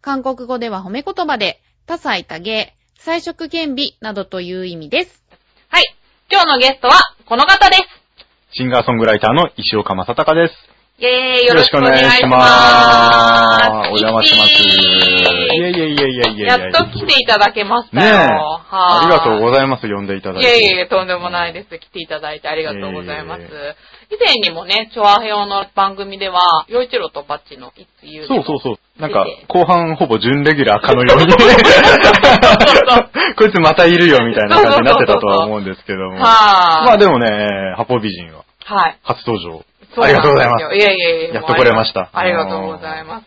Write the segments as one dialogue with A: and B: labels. A: 韓国語では褒め言葉で、多彩多芸、彩色兼美などという意味です。
B: はい。今日のゲストは、この方です。
C: シンガーソングライターの石岡正隆です。
B: イェーイ、よろしくお願いします。
C: お邪魔します。い
B: イ
C: や
B: エ
C: いやいやいやい
B: イ
C: やいや
B: やっと来ていただけましたよ。
C: ねえ。
B: は
C: ありがとうご
B: い
C: ざいます。呼んでいただい
B: いや
C: て。
B: いやいや、とんでもないです。来ていただいてありがとうございます。以前にもね、チョアヘオの番組では、ヨイチロとバッチのいつ言う
C: そうそうそう。なんか
B: いやいや、
C: 後半ほぼ準レギュラーかのように。こいつまたいるよみたいな感じになってたとは思うんですけども。ま
B: は
C: あ
B: い。
C: でもね、ハポ美人は
B: はい。
C: 初登
B: そ
C: 場。あ
B: な
C: り
B: ん
C: が
B: です
C: とう
B: よ
C: ございます。
B: いやいやいや。
C: やっと来れました
B: ありがとうございます。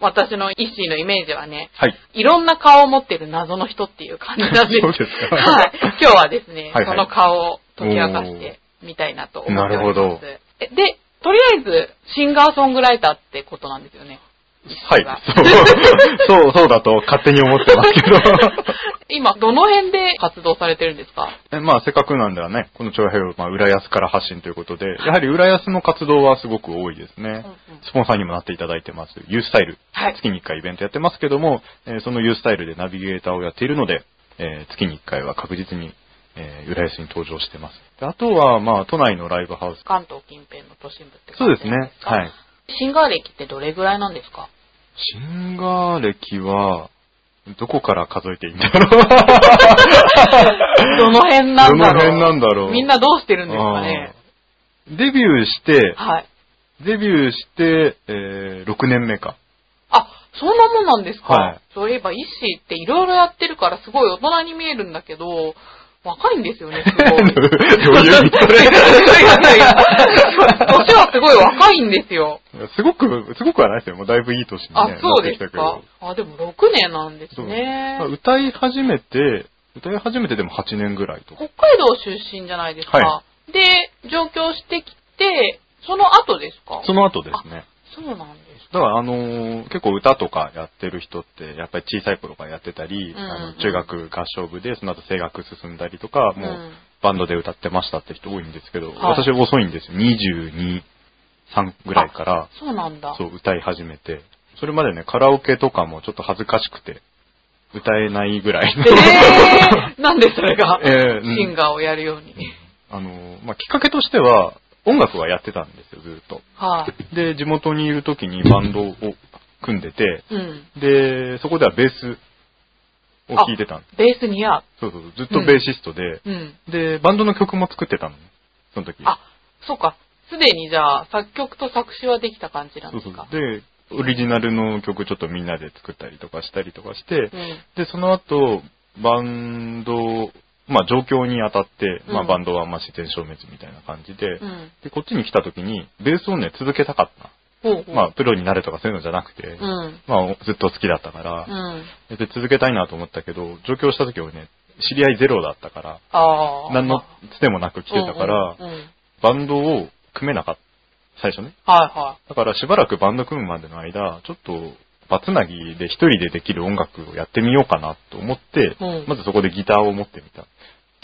B: 私のイッシーのイメージはね、
C: はい。
B: いろんな顔を持ってる謎の人っていう感じなんです。
C: そうですか
B: はい。今日はですね、
C: はいはい
B: その顔を解き明かしてみたいなと思っております。
C: なるほど
B: えで、とりあえず、シンガーソングライターってことなんですよ ね。
C: はい。 そう、そう、そうだと勝手に思ってますけど。
B: 今、どの辺で活動されてるんですか
C: えまあ、せっかくなんではね、この長編を、まあ、浦安から発信ということで、やはり浦安の活動はすごく多いですね
B: うんうん。
C: スポンサーにもなっていただいてます、ユースタイル。
B: はい
C: 月に1回イベントやってますけども、えーそのユースタイルでナビゲーターをやっているので、えー月に1回は確実に、えー浦安に登場してます。であとは、まあ、都内のライブハウス。
B: 関東近辺の都心部って。
C: そうですね。はいい。
B: シンガー歴ってどれぐらいなんですか
C: シンガー歴は、どこから数えていいんだろう。
B: どの辺なんだろう
C: どの辺なんだろう
B: みんなどうしてるんですかね
C: うんデビューして、
B: はい。
C: デビューして、えー、6年目か。
B: あ、そんなもんなんですか、
C: はい
B: そういえば、医師っていろいろやってるからすごい大人に見えるんだけど、若いんですよね、すごい。
C: 余
B: いや
C: 裕
B: い
C: にそ
B: やいや
C: れ。
B: 年はすごい若いんですよ。
C: すごく、すごくはないですよ。もうだいぶいい年にね。
B: あ、そうです
C: なってきたけ
B: か
C: ど。
B: あ、でも6年なんです
C: そう
B: ね。
C: 歌い始めて、歌い始めてでも8年ぐらいとか。
B: 北海道出身じゃないですか。
C: は
B: で、上京してきて、その後ですか
C: その後ですね。
B: そうなんです。
C: だから、あのー結構歌とかやってる人って、やっぱり小さい頃からやってたり、
B: うん
C: あの中学合唱部で、その後声楽進んだりとか、もううバンドで歌ってましたって人多いんですけど、
B: はい
C: 私遅いんですよ。22、3ぐらいから。
B: そうなんだ。
C: そう、歌い始めて。それまでね、カラオケとかもちょっと恥ずかしくて、歌えないぐらいの。
B: えー、なんでそれが、
C: えーうん
B: シンガーをやるように。
C: あの、まあ、きっかけとしては、音楽はやってたんですよ、ずっと。
B: はい、
C: で、地元にいる時にバンドを組んでて、
B: うん。
C: で、そこではベースを弾いてたんです。
B: ベースに合う。
C: そうそうそう、ずっとベーシストで、
B: うん。
C: で、バンドの曲も作ってたのね、その時。
B: あ、そうか。すでにじゃあ、作曲と作詞はできた感じなん
C: そ
B: で
C: うそ
B: すか
C: う。。で、オリジナルの曲ちょっとみんなで作ったりとかしたりとかして、
B: うん。
C: で、その後、バンド、まあ、状況に当たって、
B: う
C: まあ、
B: ん
C: バンドはあんま自然消滅みたいな感じで、
B: うん。
C: で、こっちに来た時に、ベースをね、続けたかっ
B: ほうほ
C: た。
B: う。
C: まあ、プロになるとかそういうのじゃなくて、
B: うん。
C: まあ、ずっと好きだったから、
B: うん。
C: で、続けたいなと思ったけど、上京した時はね、知り合いゼロだったから、
B: ああ。
C: 何のつてもなく来てたから、
B: うんうんうん
C: バンドを組めなかった。最初ね。
B: はいは
C: だからしばらくバンド組むまでの間、ちょっと、バツナギで一人でできる音楽をやってみようかなと思って、
B: うん
C: まずそこでギターを持ってみた。
B: い。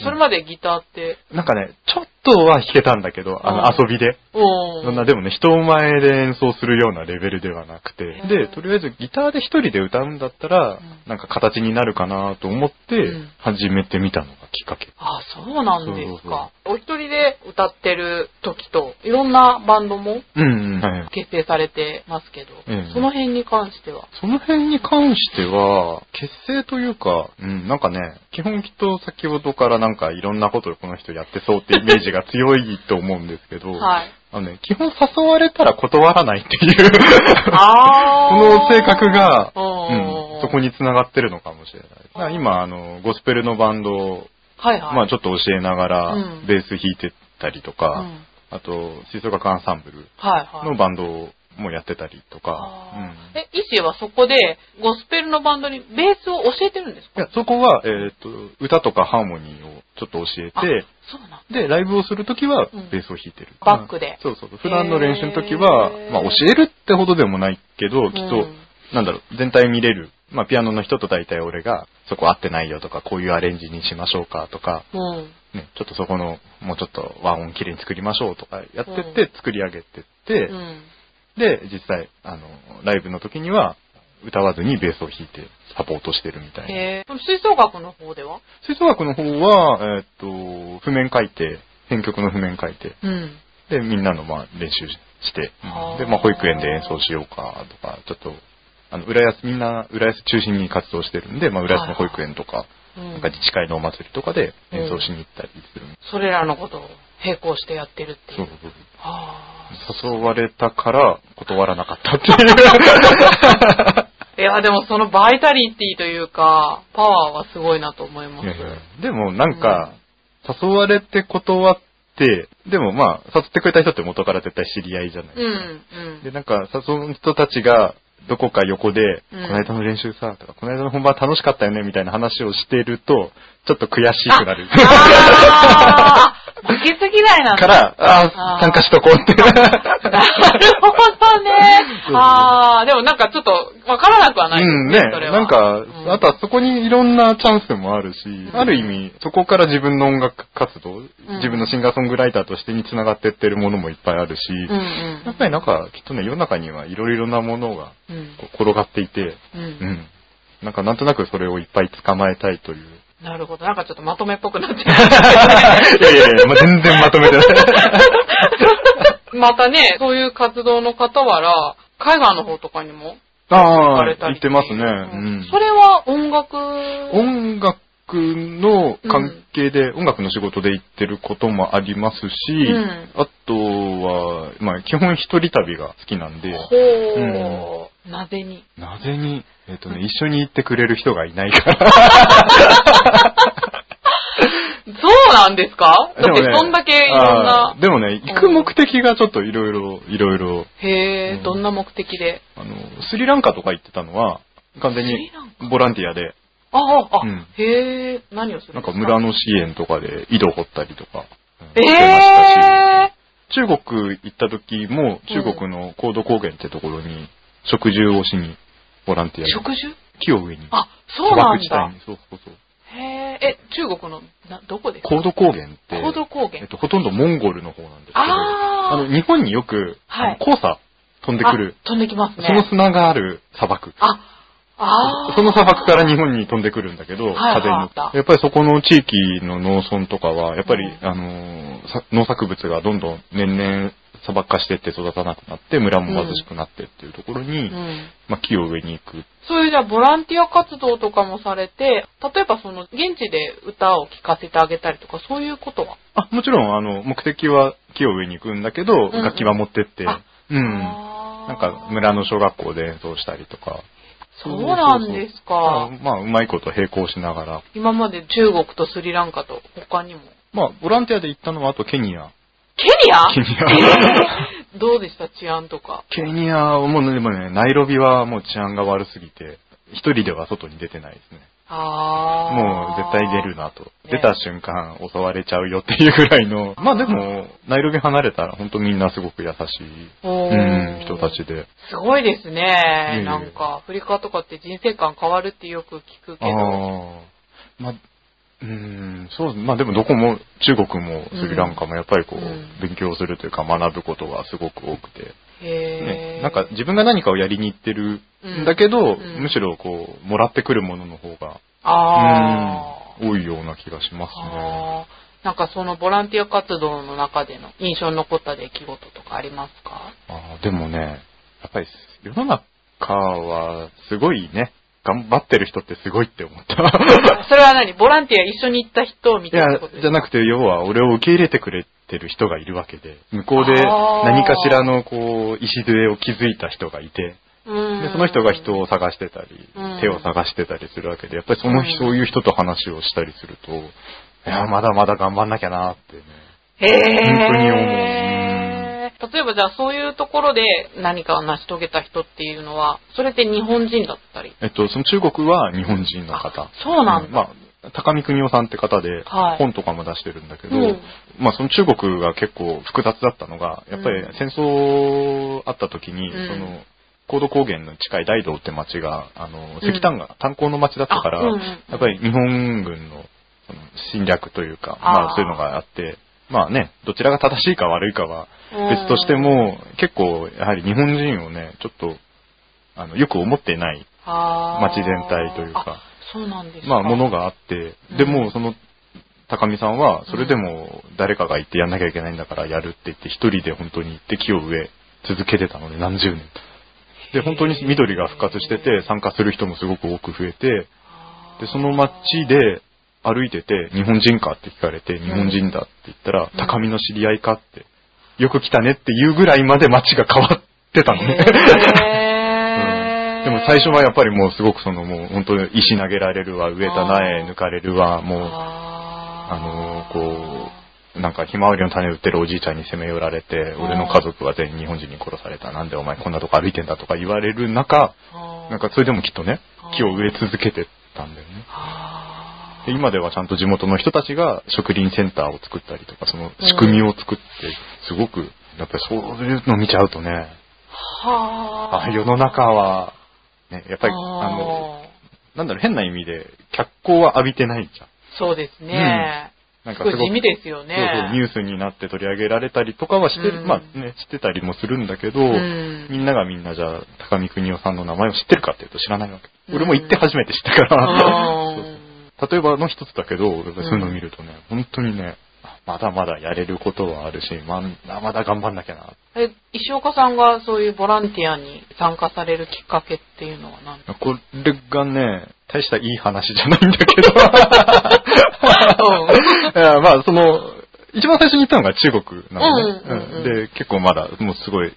B: それまでギターって、
C: なんかね、ちょっとは弾けたんだけど、あの
B: うん
C: 遊びで。
B: うん。
C: そんな、でもね、人前で演奏するようなレベルではなくて
B: うん。
C: で、とりあえずギターで一人で歌うんだったら
B: ん、
C: なんか形になるかなと思っ
B: う
C: て
B: ん、
C: 始めてみたのがきっかけ。
B: あ、そうなんです
C: そうそ
B: か。お一人で歌ってる時と、いろんなバンドも
C: うん、うんはい。
B: 結成されてますけど、
C: うん
B: その辺に関しては。
C: その辺に関しては、結成というか、うん、なんかね、基本きっと先ほどからなんかいろんなことをこの人やってそうってイメージが強いと思うんですけど、
B: はい。
C: あのね、基本誘われたら断らないっていう、
B: あ
C: こ
B: あ。
C: の性格が、
B: う
C: うんん、そこに繋がってるのかもしれない。だから今、あの、ゴスペルのバンドを、
B: はいはい。
C: まあちょっと教えながら
B: うん、
C: ベース弾いてたりとか、
B: うん
C: あと、吹奏楽アンサンブル
B: はいはい。
C: のバンドをもやってたりとか、うん
B: あーえ、イシーはそこで、ゴスペルのバンドにベースを教えてるんです
C: い
B: か
C: やそこは、えっと歌とかハーモニーをちょっと教え
B: あ
C: て、
B: そうなんだ
C: で、ライブをするときは
B: うん
C: ベースを弾いてる。
B: バックで
C: そうそう。普段の練習のときは
B: へ、ー
C: まあ教えるってほどでもないけど、きっ
B: う
C: と
B: ん、
C: なんだろう、全体見れる。まあピアノの人と大体俺が、そこ合ってないよとか、こういうアレンジにしましょうかとか、
B: うん。
C: ね、ちょっとそこの、もうちょっと和音きれいに作りましょうとか、やってって作り上げてって、
B: うん。
C: で、実際、あの、ライブの時には、歌わずにベースを弾いてサポートしてるみたいな。
B: へえ。でも吹奏楽の方では
C: 吹奏楽の方は、えーっと、譜面書いて、編曲の譜面書いて、
B: うん。
C: で、みんなのまあ練習して、
B: あー
C: で、まあ保育園で演奏しようかとか、ちょっと、あの、浦安、みんな浦安中心に活動してるんで、まあ浦安の保育園とか、
B: うん
C: なんか自治会のお祭りとかで演奏しに行ったりする。
B: それらのことを並行してやってるっていう。
C: そうそう
B: はあ
C: そう。誘われたから断らなかった っていう。
B: いや、でもそのバイタリティというか、パワーはすごいなと思います。
C: いやいや でもなんか、誘われて断って、でもまあ、誘ってくれた人って元から絶対知り合いじゃないで
B: う
C: すか。
B: ん、うん。
C: で、なんか、誘う人たちが、どこか横で、こ
B: うん
C: の間の練習さ、とか、この間の本番楽しかったよね、みたいな話をしてると、ちょっと悔しくなる。
B: ああ負けず嫌いなんだ。
C: から、あ
B: あー
C: あ、参加しとこうって。
B: なるほどね。ああ、でもなんかちょっとわからなくはないですね
C: うんね。
B: それは
C: なんか、
B: うん
C: あとはそこにいろんなチャンスもあるし、
B: ん
C: ある意味、そこから自分の音楽活動、
B: ん
C: 自分のシンガーソングライターとしてに繋がってってるものもいっぱいあるし、
B: うんうん。
C: やっぱりなんか、きっとね、世の中にはいろいろなものが
B: うん
C: こう転がっていて、
B: う。
C: うんん。なんかなんとなくそれをいっぱい捕まえたいと いう。
B: なるほど。なんかちょっとまとめっぽくなっちゃ
C: いやいやいや、まあ、全然まとめてない。
B: う。またね、そういう活動の傍ら、海外の方とかにも行
C: あ
B: か
C: あ、
B: れた
C: 言
B: り
C: ってますね。う
B: うん
C: ん。
B: それは音楽
C: 音楽の関係で、音楽の仕事で行ってることもありますし、
B: ん
C: あとは、まあ、基本一人旅が好きなんで、
B: ほう、なぜに。
C: なぜに、えっ、とね、一緒に行ってくれる人がいない から。
B: そうなんですかだってそんだけいろん
C: あ
B: な
C: ー。でもね、行く目的がちょっといろいろ、いろいろ、
B: へえ、
C: うん
B: どんな目的で。
C: あの、スリランカとか行ってたのは、完全
B: スリ
C: に
B: ラン
C: ボランティアで、
B: ああ、あ、
C: うん
B: へえ、何をする
C: なん
B: です
C: か村の支援とかで井戸掘ったりとか、うん
B: え
C: してましたし、
B: え
C: 中国行った時も、中国の高度高原ってところに、食住をしに、ボランティ
B: ー、
C: アで
B: 食事
C: 木を植えに、
B: あ、そうなん
C: 地帯
B: だ。
C: に、そうそうそう。
B: へえ、え、中国の、などこですか
C: 高度高原って、
B: 高度高
C: えっ
B: 原。
C: と、ほとんどモンゴルの方なんですけど、
B: あー
C: の、日本によく、
B: はい
C: あの黄砂飛んでくる、
B: あ飛んできますね。
C: その砂がある砂漠。
B: あ、あー
C: その砂漠から日本に飛んでくるんだけど、
B: はい
C: 風に
B: はいあった
C: やっぱりそこの地域の農村とかは、やっぱり、
B: うん
C: あのーさ農作物がどんどん年々砂漠化してって育たなくなって、村も貧しくなってっていうところに、
B: うん。
C: まあ、木を植えに行く。
B: そういうじゃあボランティア活動とかもされて、例えばその現地で歌を聴かせてあげたりとか、そういうことは
C: あ、もちろん、あの、目的は木を植えに行くんだけど、
B: んうん
C: 楽器は持ってって
B: あ、
C: うん。
B: な
C: なんか、村の小学校で演奏したりとか。
B: そうなんです
C: あ
B: か。
C: まあ、うまいこと並行しながら。
B: 今まで中国とスリランカと他にも。
C: まあ、ボランティアで行ったのは、あとケニ ア。
B: ケニア
C: ケニア。
B: どうでした治安とか。
C: ケニアはもうね、でもね、ナイロビはもう治安が悪すぎて、一人では外に出てないですね。
B: あー
C: もう絶対出るなと。
B: ね
C: 出た瞬間襲われちゃうよっていうぐらい の。まあでも、ナイロビ離れたら本当みんなすごく優しい、
B: おー
C: うん、人たちで。
B: すごいですね、
C: え
B: なんか、アフリカとかって人生観変わるってよく聞くけど。
C: ああ。まあ、うーん、そう、まあでもどこも、中国もスリランカもやっぱりこう、
B: うん
C: 勉強するというか学ぶことがすごく多くて、
B: へ
C: ね、
B: ー
C: なんか自分が何かをやりに行ってるんだけど、
B: うん
C: むしろこう、もらってくるものの方が、
B: あー
C: うん多いような気がしますね。
B: あーなんかそのボランティア活動の中での印象に残った出来事とかあります か
C: あーでもね、やっぱり世の中はすごいね、頑張ってる人ってすごいって思 った。
B: それは何ボランティア一緒に行った人み
C: い
B: たい
C: や
B: なこと、です
C: じゃなくて、要は俺を受け入れてくれてる人がいるわけで、向こうで
B: あー
C: 何かしらのこう、礎を築いた人がいて、
B: うん
C: でその人が人を探してたり
B: うん、
C: 手を探してたりするわけで、やっぱりその
B: うん
C: 日そういう人と話をしたりすると、いや、まだまだ頑張んなきゃなってね。
B: へー
C: 本当に思ううん
B: 例えばじゃあそういうところで何かを成し遂げた人っていうのは、それって日本人だったり。
C: えっと、その中国は日本人の方。
B: そうなんだ。
C: まあ、高見邦夫さんって方で
B: はい、
C: 本とかも出してるんだけど、
B: うん
C: まあその中国が結構複雑だったのが、やっぱり
B: うん
C: 戦争あった時に、
B: うん
C: その、高度高原の近い大道って町が、あの、石炭が炭鉱の町だったから、
B: あうんうん
C: やっぱり日本軍のその侵略というか、
B: あー
C: まあそういうのがあって、まあね、どちらが正しいか悪いかは別としても、結構やはり日本人をね、ちょっと、あの、よく思っていない
B: 街
C: 町全体というか、
B: そうなんですか
C: まあ、ものがあって
B: うん、
C: でも、その、高見さんは、それでも、誰かが行ってやんなきゃいけないんだからやるって言って、一人で本当に行って木を植え続けてたので、何十年と。で、本当に緑が復活してて、参加する人もすごく多く増えて、で、その街で歩いてて、日本人かって聞かれて、日本人だって言ったら
B: う、ん
C: 高見の知り合いかって、よく来たねっていうぐらいまで街が変わって たのね。
B: へー
C: でも最初はやっぱりもうすごくそのもう本当に石投げられるわ、植えた苗抜かれるわ、もう、
B: あ
C: あの
B: ー
C: こう、なんかひまわりの種売ってるおじいちゃんに責め寄られて、
B: うん
C: 俺の家族は全員日本人に殺された、なんでお前こんなとこ歩いてんだとか言われる中、
B: あー
C: なんかそれでもきっとね
B: うん、
C: 木を植え続けてたんだよね。
B: あ
C: で
B: ー
C: 今ではちゃんと地元の人たちが植林センターを作ったりとか、その仕組みを作って、すごく、やっぱりそういうの見ちゃうとね、
B: は
C: あ世の中は、ね、やっぱり、あ
B: ー
C: の、なんだろう、変な意味で、脚光は浴びてないじゃん。
B: そうですね。
C: なん
B: す
C: か
B: ご
C: す
B: い
C: ご
B: 地
C: く、
B: 味ですよ
C: そうそう、ニ
B: ね。
C: ュースになって取り上げられたりとかはして、
B: うん
C: まあね、してたりもするんだけど、
B: うん
C: みんながみんなじゃあ、高見邦夫さんの名前を知ってるかっていうと知らないわけ。
B: うん
C: 俺も行って初めて知ったから、そう
B: うん
C: そう例えばの一つだけど、俺がそういうのを見るとね、本当にね、まだまだやれることはあるし、まだまだ頑張んなきゃな。
B: え、石岡さんがそういうボランティアに参加されるきっかけっていうのは何
C: これがね、大したいい話じゃないんだけど。いやまあ、その、一番最初に行ったのが中国なのね
B: うんうんうんうん
C: うんで、結構まだ、もうすごい、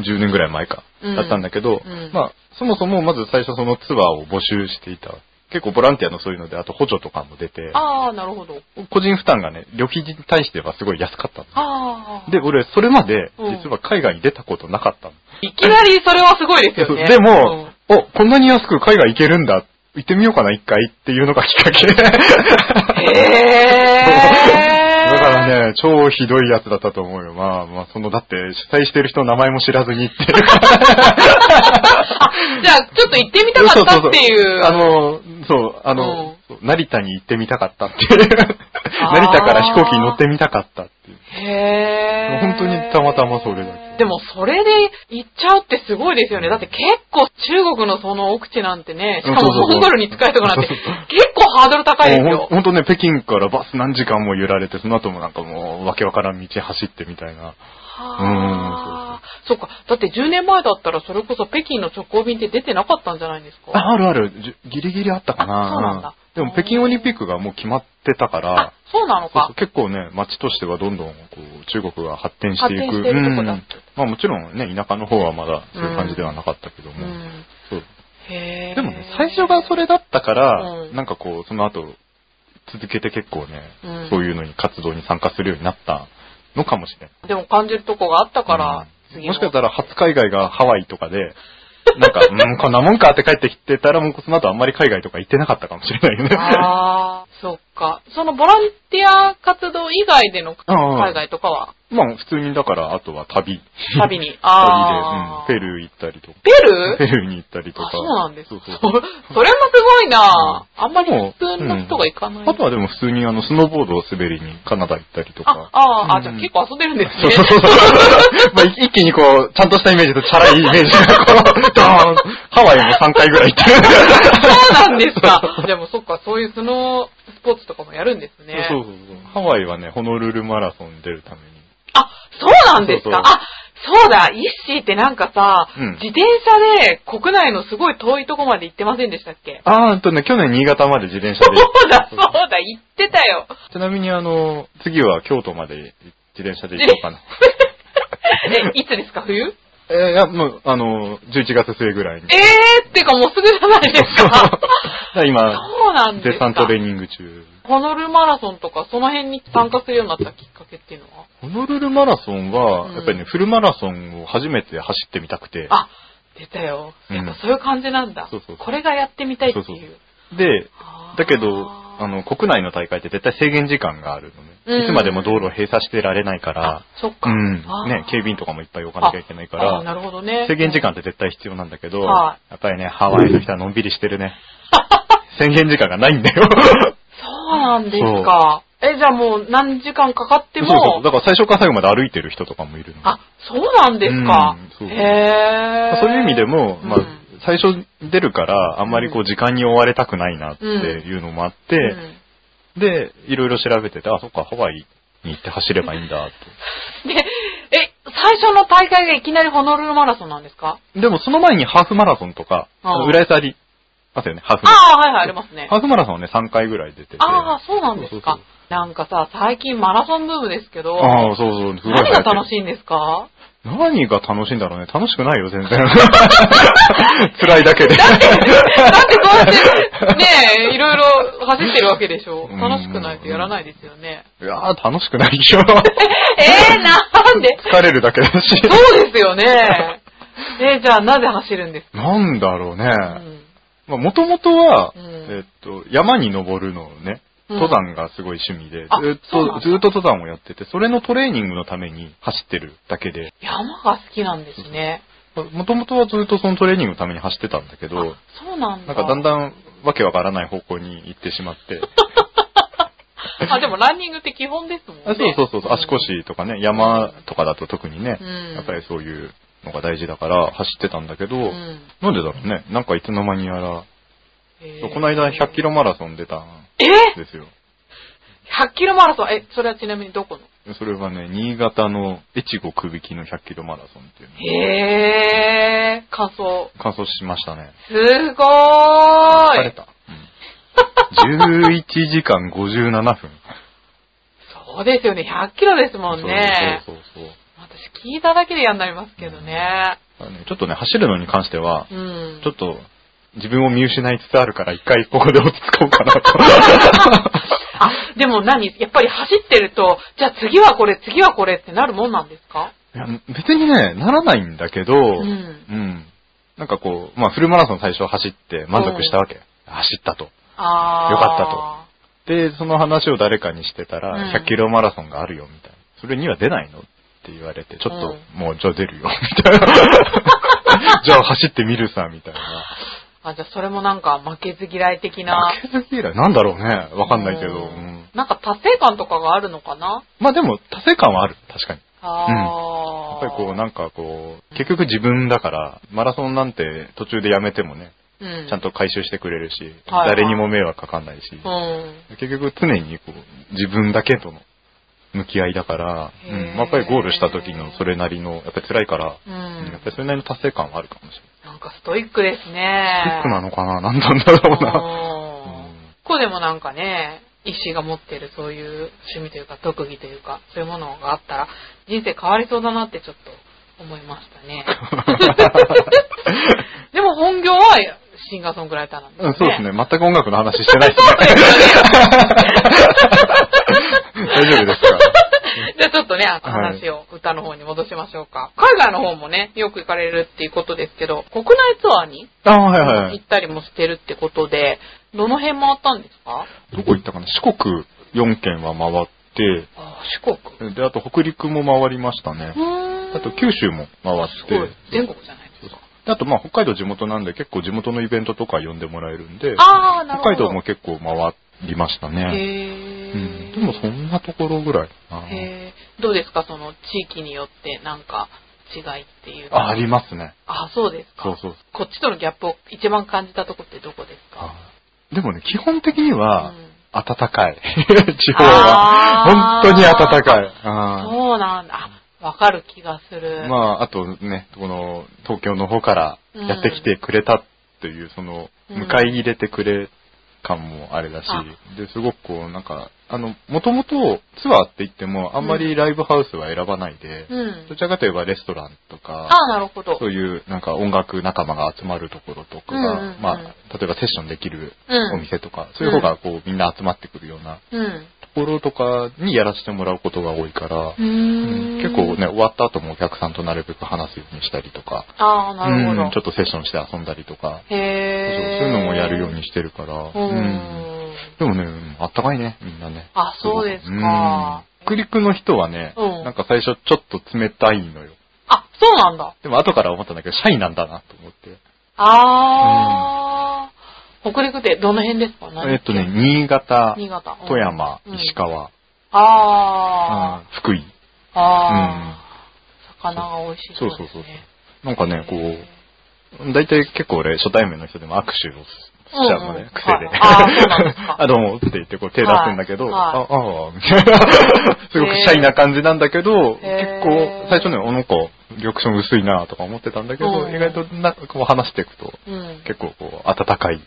C: 10年ぐらい前か、
B: うん
C: だったんだけど、
B: うん
C: まあ、そもそもまず最初そのツアーを募集していた。結構ボランティアのそういうので、あと補助とかも出て、
B: ああ、なるほど。
C: 個人負担がね、旅費に対してはすごい安かったの。
B: ああ。
C: で、俺、それまで、
B: うん
C: 実は海外に出たことなかったの。
B: いきなりそれはすごいですよね。
C: でも、お、こんなに安く海外行けるんだ、行ってみようかな、一回っていうのがきっかけ。
B: うん、
C: だ
B: えー。
C: からね、超ひどいやつだったと思うよ。まあ、まあ、その、だって、主催してる人の名前も知らずに行ってるから。
B: じゃあ、ちょっと行ってみたかったっていう。
C: あの、そう、あの、成田に行ってみたかったっていう。成田から飛行機に乗ってみたかったっていう。
B: へー
C: 本当にたまたまそれだけ
B: でも、それで行っちゃうってすごいですよね。だって結構中国のその奥地なんてね、しか
C: うんそうそ
B: も
C: う
B: モ
C: そう
B: ンゴルに近いとこなんて、
C: そうそう
B: 結構ハードル高いです
C: もう
B: よ。
C: ほんとね、北京からバス何時間も揺られて、その後もなんかもう、わけわからん道走ってみたい
B: は
C: な。
B: ーそっか。だって10年前だったらそれこそ北京の直行便って出てなかったんじゃないんですか
C: あ、あるある。じゅギリギリあったかな。
B: あそうなんだ
C: でも、北京オリンピックがもう決まってたから、
B: あそうなの
C: そうそ
B: か
C: う。結構ね、街としてはどんどんこう中国が発展していく。
B: 発展してるとこだ
C: うんまあもちろんね、田舎の方はまだそういう感じではなかったけど
B: う
C: も。
B: ん。
C: そう
B: へー
C: でもね、最初がそれだったから、
B: うん
C: なんかこう、その後、続けて結構ね、
B: うん
C: そういうのに活動に参加するようになったのかもしれない。
B: でも感じるとこがあったから、
C: うん
B: 次
C: もしかした
B: ら、
C: ら初海外がハワイとかで、 なんか、うん、こんなもんかって帰ってきてたら、もうその後あんまり海外とか行ってなかったかもしれないよね。
B: ああ、そっか。そのボランティア活動以外での
C: うんうん
B: 海外とかは、
C: まあ普通にだから、あとは 旅。
B: 旅に。ああ
C: あ。で、うん、ペルー行ったりとか。
B: ペルー
C: ペルーに行ったりとか。
B: あ、そうなんです。そ
C: そ
B: う そ
C: そ
B: れ
C: う
B: もすごいなぁ。あんまり普通の人が行かない。
C: あとはでも普通にあの、スノーボードを滑りにカナダ行ったりと
B: あ
C: か。、
B: ああ、じゃあ
C: うん
B: 結構遊べるんです
C: そうそう
B: ね。
C: そう。 まあ、い一気にこう、ちゃんとしたイメージとチャラいイメージがこう、ドーンハワイも3回ぐらい行ってる。
B: そうなんです か。でもそっか、そういうスノースポーツとかもやるんですね。
C: そうそうそう。ハワイはね、ホノルルマラソン出るために。
B: あ、そうなんです
C: そうそ
B: か
C: う。
B: あ、そうだ、イッシーってなんかさ、
C: うん
B: 自転車で国内のすごい遠いとこまで行ってませんでしたっけ
C: あーうんとね、去年新潟まで自転車
B: そ
C: で 行っ
B: うだ、そうだ、行ってたよ。
C: た。ちなみにあの、次は京都まで自転車で行こうかな。
B: え、いつですか、冬
C: えーいや、もう、あの、11月末ぐらいに。
B: えーってかもうすぐじゃない ですか。
C: 今、
B: そうなんですか。
C: 絶賛トレーニング中。
B: ホノルルマラソンとか、その辺に参加するようになったきっかけっていうのは
C: ホノルルマラソンは、
B: うん
C: やっぱりね、フルマラソンを初めて走ってみたくて、
B: あ、出たよ。やっぱそういう感じなんだ。
C: そうそうそう
B: これがやってみたいっていう。
C: そうそうで、
B: あー
C: だけど、あ、の、国内の大会って絶対制限時間があるの
B: うん
C: ね。いつまでも道路を閉鎖してられないから
B: あ、、そっ
C: う
B: か。
C: ん
B: あー、
C: ね、警備員とかもいっぱい置かなきゃいけないか
B: あー
C: ら、
B: なるほどね。
C: 制限時間って絶対必要なんだけど、
B: は
C: やっぱりね、ハワイの人はのんびりして るね。制限時間がないんだよ。
B: そうなんですか。え、じゃあもう何時間かかって
C: そう
B: も、
C: そう。だから最初から最後まで歩いてる人とかもいるの。
B: あ、そうなんですか。
C: うんそう
B: へー。
C: そういう意味でも、まあ
B: うん、
C: 最初出るから、あんまりこう時間に追われたくないなっていうのもあって、
B: うん
C: で、いろいろ調べてて、あ、そっか、ハワイに行って走ればいいんだっ
B: で、え、最初の大会がいきなりホノルルマラソンなんですか
C: て。でもその前にハーフマラソンとか、
B: ああ
C: 浦安ありますよね、ハーフマラソ
B: ああ、はいはい、あります
C: ン。
B: ね
C: ハ。ーフマラソンはね、3回ぐらい出てて。
B: ああ、そうなんです
C: そうそう
B: か。なんかさ、最近マラソンブームですけど、
C: ああ、そうそう。すごい流行
B: 何
C: って
B: が
C: る
B: 楽しいんですか
C: 何が楽しいんだろうね。楽しくないよ、全然。 辛い だけで。
B: だってそうやって、 ねえ、いろいろ走ってるわけでしょ。
C: うん
B: 楽しくないとやらないですよね。
C: いやー、楽しくな いよ。
B: えー、なんで
C: 疲れるだけだし。
B: そうですよね。え、じゃあなぜ走るんです
C: なんだろうね。
B: か、うん
C: まあ、もともとは、
B: うん
C: えっと、山に登るのをね、
B: うん
C: 登山がすごい趣味で、ず
B: あ
C: っ
B: そうなんだ
C: と、ずっと登山をやってて、それのトレーニングのために走ってるだけで、
B: 山が好きなんですね。
C: もともとはずっとそのトレーニングのために走ってたんだけ
B: あ
C: ど、
B: そうなん
C: な
B: だ。
C: んかだんだんわけわからない方向に行ってしま って、
B: あ、でもランニングって基本ですもんね。
C: あそうそうそうそう、
B: ん。
C: 足腰とかね、山とかだと特にね、
B: うん
C: やっぱりそういうのが大事だから走ってたんだけど、
B: うん
C: なんでだろうね、なんかいつの間にやら、
B: へ
C: そう
B: ー
C: この間100キロマラソン出たん
B: え
C: ですよ。
B: 100キロマラソン、え、それはちなみにどこの
C: それはね、新潟の越後くびきの100キロマラソンっていうの
B: へー、感想。
C: 完走しましたね。
B: すご
C: 疲
B: ー
C: れ
B: い。
C: た。うん、11時間57分。
B: そうですよね、100キロですもんね。
C: そうそうそうそう
B: 私聞いただけで嫌になりますけどね。
C: だからねちょっとね、走るのに関しては、
B: うん。
C: ちょっと自分を見失いつつあるから一回ここで落ち着こうかな と。
B: あ、でも何やっぱり走ってると、じゃあ次はこれ、次はこれってなるもんなんですか
C: いや別にね、ならないんだけど、うんなんかこう、まあフルマラソン最初走って満足したわけ。走ったと。
B: あー。
C: よかったとで、その話を誰かにしてたら、
B: うん
C: 100キロマラソンがあるよ、みたいな。それには出ないのって言われて、ちょっと、
B: う
C: もう、じゃあ出るよ、 みたいな。じゃあ走ってみるさ、みたいな。
B: あ、じゃあそれもなんか負けず嫌い的な。
C: 負けず嫌いなんだろうね。わかんないけど。
B: う
C: うん
B: なんか達成感とかがあるのかな
C: まあでも、達成感はある。確かに。や
B: あ
C: っ
B: ー。
C: ぱりこう、なんかこう、結局自分だから、マラソンなんて途中でやめてもね、
B: うん、
C: ちゃんと回収してくれるし、
B: はい
C: 誰にも迷惑かかんないし、
B: うん。
C: 結局常にこう自分だけとの向き合いだから、う
B: へー
C: ん、やっぱりゴールした時のそれなりの、やっぱり辛いから、
B: う
C: うんや
B: ん
C: っ。ぱりそれなりの達成感はあるかもしれない。
B: なんかストイックですね。
C: ストイックなのかな何なんだろうな。
B: な
C: うん
B: ここでもなんかね、石が持ってるそういう趣味というか特技というか、そういうものがあったら人生変わりそうだなってちょっと思いました ね。でも本業はシンガーソングライターなんです
C: う
B: よね。
C: んそ うですね。全く音楽の話してないですね。大丈夫ですか
B: じゃあちょっとね、あの
C: はい
B: 話を歌の方に戻しましょうか。海外の方もね、よく行かれるっていうことですけど、国内ツアーに
C: あはいは
B: 行
C: い。
B: ったりもしてるってことで、どの辺回ったんですか
C: どこ行ったかな四国4県は回っ
B: あ四国。
C: て、で、あと北陸も回りましたね。
B: あ
C: あと九州も回っ
B: すごい
C: て。。
B: 全国じゃないですか。
C: あとまあ北海道地元なんで結構地元のイベントとか呼んでもらえるんで、
B: ああ、なるほ
C: 北
B: ど。
C: 海道も結構回りましたね。
B: へ
C: う
B: え
C: ん、。でもそんなところぐらいかな
B: へーどうですか、その地域によってなんか違いっていう。
C: あ、ありますね。
B: あ、そうですか。
C: そうそう
B: こっちとのギャップを一番感じたとこってどこですか
C: そう。でもね、基本的には
B: うん、
C: 暖か い。地
B: あ
C: 方
B: ー
C: は。本当に暖かい。あ
B: そうなんだ。あわかる気がす
C: ー
B: る。
C: まあ、あとね、この、東京の方からやってきてくれたっていう、その、
B: うん
C: 迎え入れてくれ感もあれだし
B: あ、
C: で、すごくこう、なんか、あの、もともとツアーって言っても、あんまりライブハウスは選ばないで、
B: うん
C: ど。ちらかといえばレストランとか、
B: ああ、なるほど。
C: そういうなんか音楽仲間が集まるところとかが、
B: うんうんうん
C: まあ、例えばセッションできる
B: うん
C: お店とか、そういう方がこうみんな集まってくるような
B: うん。
C: ところとかにやらせてもらうことが多いから、
B: うー
C: うん
B: ん
C: 結構ね、。終わった後もお客さんとなるべく話すようにしたりとか、
B: ああ、なるほど。
C: うんちょっとセッションして遊んだりとか、そうそう
B: へえ。
C: いうのもやるようにしてるから、
B: うん。
C: うんでもね、うんあったかいね、みんなね。
B: あ、そうです
C: ん
B: か。
C: 北陸の人はね、
B: うん
C: なんか最初ちょっと冷たいのよ。
B: あ、そうなんだ。
C: でも後から思ったんだけど、シャイなんだなと思って。
B: ああ、北陸ってどの辺ですか
C: えっとね、、新潟、
B: 新潟。うん
C: 富山、
B: うん
C: 石川、
B: あ
C: うん福井。
B: あ、ああ、魚が美味しい
C: そう
B: です
C: そう
B: ね
C: そう。なんかね、こう、大体結構俺、初対面の人でも握手をしちゃうの
B: うんうん
C: ね、癖で。
B: ああそうなんです か
C: あどうもって言ってこう手出すんだけど、
B: はい
C: あ、ああ、みたいな。すごくシャイな感じなんだけど、結
B: へー
C: 構、最初ね、おの子、リアクション薄いなとか思ってたんだけど、
B: うん
C: 意外となんかこう話していくと、
B: うん。
C: 結構こう、温かい、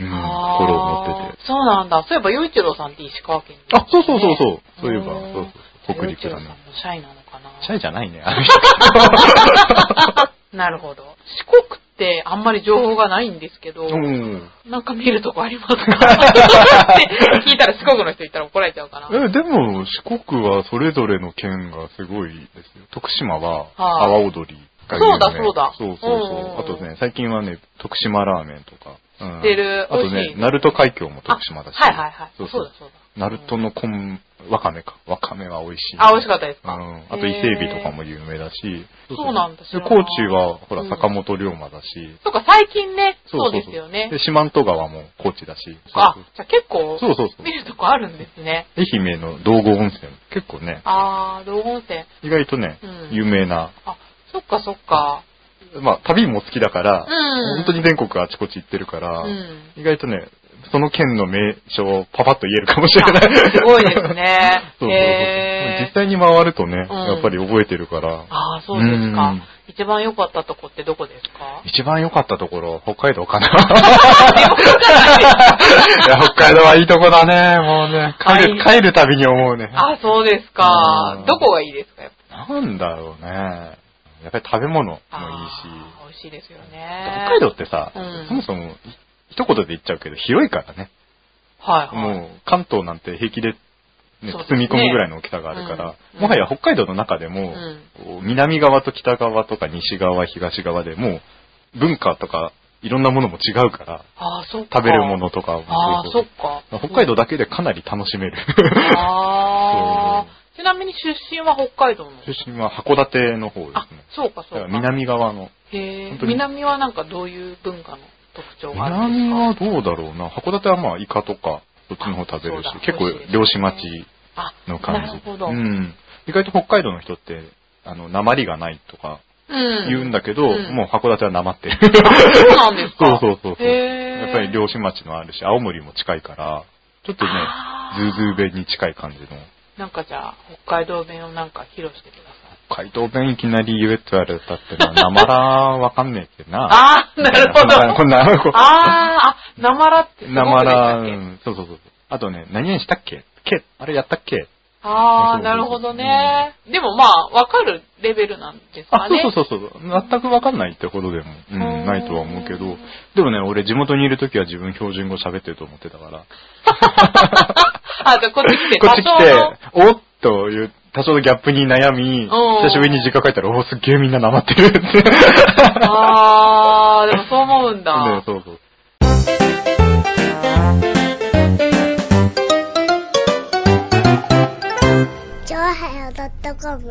C: うん、
B: あー
C: 心を持ってて。
B: そうなんだ。そういえば、洋一郎さんって石川県で
C: あ、そうそうそうそう。そういえば、
B: うん
C: そうそう北陸だ
B: 洋一郎さんも
C: ね。
B: シャイなのかな。
C: シャイじゃないね、あの人。
B: なるほど。四国ってあんまり情報がないんですけど、
C: うん。
B: なんか見るとこありますか って聞いたら四国の人いたら怒られちゃうかな。
C: え、でも、四国はそれぞれの県がすごいですよ。徳島は、
B: は
C: 阿
B: い
C: 波踊りが有名。
B: そうだそうだ
C: そうそうそう
B: うんうんうん
C: あとね、最近はね、徳島ラーメンとか。うん
B: 知ってる
C: あと
B: 美味
C: ね
B: し、い
C: 鳴門海峡も徳島だし。
B: あはいはいはい。
C: そ
B: そうう
C: そう
B: だそうだ。
C: 鳴門の昆、わかめか。わかめは美味しい。
B: あ、美味しかったです
C: う
B: か。
C: ん。あと伊勢海老とかも有名だし。
B: そうなんだ知
C: で、
B: らない
C: 高知は、ほら、
B: うん
C: 坂本龍馬だし。
B: そうか、最近ね、そうですよね
C: で、。四万十川も高知だし。
B: あ
C: そう、
B: じゃあ結構
C: そうそうそう
B: 見るとこあるんですね。
C: そう愛媛の道後温泉。結構ね、
B: あー、道後温泉。
C: 意外とね、
B: うん
C: 有名な。
B: あ、そっかそっか。
C: まあ、旅も好きだから、
B: うん
C: 本当に全国あちこち行ってるか
B: う
C: ら、
B: ん。
C: 意外とね、その県の名所をパパッと言えるかもしれ
B: あ
C: ない。。
B: すごいです。ね
C: そうそうそう
B: へー
C: 実際に回るとね、
B: うん
C: やっぱり覚えてるから、
B: あー、そうです
C: う
B: か
C: ん。
B: 一番良かったとこってどこです か
C: 一番良かったところ、北海 道かな。いや、北海道はいいとこだね、もうね。帰る、
B: は
C: 帰るたびに思うね。
B: あ、そうです
C: う
B: か
C: ん。
B: どこがいいですかやっ
C: なんだろうね。やっぱり食べ物もいいし。
B: ぱ。あー美味しいですよね。
C: 北海道ってさ、
B: うん
C: そもそも、い一言で言っちゃうけど、広いからね。
B: はいはい。
C: もう、関東なんて平気で、ね、
B: そうです
C: 包
B: ね
C: み込むぐらいの大きさがあるから、
B: うん
C: もはや北海道の中で
B: う
C: も、
B: ん
C: こう南側と北側とか西側、東側でもう、文化とか、いろんなものも違うから、
B: あー、そっか。
C: 食べるも。のとかも
B: あー、
C: そう
B: そ
C: そう
B: っか。
C: 北海道だけでかなり楽しめる。
B: あー。ちなみに出身は北海道の。
C: 出身は函館の方です
B: あ
C: ね。、
B: そうか
C: だ
B: そうから
C: か。南側の。
B: へ
C: 本
B: え
C: 当に
B: 南はなんかどういう文化の特徴があるん
C: 南
B: で
C: はどうだろうな。函館はまあ、イカとか、そっちの方食べるし
B: あそう、だ
C: 結構
B: 美味しいですね
C: 漁師町
B: すかあ
C: の感じ。
B: なるほど。
C: う
B: うん。
C: ん。意外と北海道の人って、あの、鉛がないとか言うんだけど、
B: うん
C: もう函館は鉛ってる。
B: そうなんです
C: そう
B: か
C: そうそうそう。
B: へー
C: やっぱり漁師町のあるし、青森も近いから、ちょっとね、
B: あ
C: ズ
B: ー
C: ーズー弁に近い感じの。
B: なんかじゃあ、北海道弁をなんか披露してください。
C: 北海道弁いきなり言えって言われたってのは、鉛らわかんねえってな。
B: あー、なるほ
C: こ
B: ど。
C: んな、こんな、
B: あー、あ、なまらってすごくで
C: なまら、
B: した
C: う
B: っけ
C: んそうそうそう。あとね、何々したっけけ、あれやったっけ
B: あ
C: そうそうそう
B: ー、なるほどね。でもまあ、わかるレベルなんです
C: あ、
B: かね。
C: そうそうそうそう。全くわかんないってほどでも、うん、
B: うん
C: ないとは思うけど、でもね、俺地元にいるときは自分標準語喋ってると思ってたから、
B: あ、じゃあこっち来て、
C: こっち来
B: 多少の
C: て、おっという、多少のギャップに悩
B: う
C: み、
B: ん
C: 久しぶりに実家帰ったら、おーすっげえみんななまってるって。
B: あー、でもそう思うん
C: ね
B: だ。
C: そうそう。
D: チョアヘヨドットコム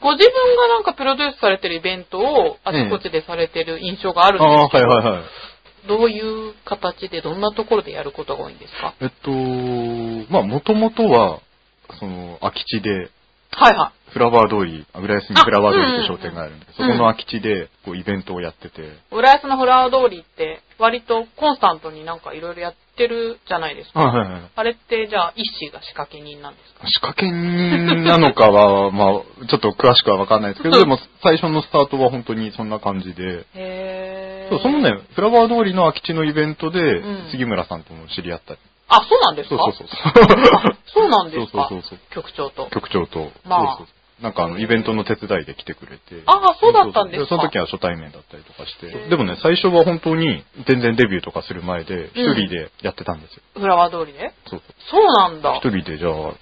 B: ご自分がなんかプロデュースされてるイベントをあちこちでされてる印象があるん
C: あ
B: です
C: あー、はいはいはい。
B: どういう形でどんなところでやることが多いんですか
C: えっと、まあ、もともとは、その、空き地で、
B: はいは
C: フラワー通り、浦安にフラワー通りって商店があるんで、そ
B: うんうん
C: こ
B: うん
C: の空き地で、こう、イベントをやってて、
B: い。浦安のフラワー通りって割とコンスタントになんかいろいろやってるじゃないですか。
C: はいはいはい。
B: あれってじゃあ一子が仕掛け人なんですか
C: 仕掛け人なのかは、 まあ、ちょっと詳しくはわかんないですけど、でも、最初のスタートは本当にそんな感じで、
B: へ
C: そうそのね、フラワー通りの空き地のイベントで
B: うん、
C: 杉村さんとも知り合ったり。
B: あ、そうなんです
C: そ
B: か
C: うそうそうそう。
B: そうなんですか
C: そうそうそう
B: 局長 と。
C: 局長と、
B: まあ
C: そうそうそうなんかあの、イベントの手伝いで来てくれて。
B: ああ、そうだったんですか
C: その時は初対面だったりとかして。でもね、最初は本当に全然デビューとかする前で、一人でやってたんですよ。
B: フラワー通りで
C: そうそ
B: そ
C: う。
B: うなんだ。
C: 一人でじゃあ、ちょっ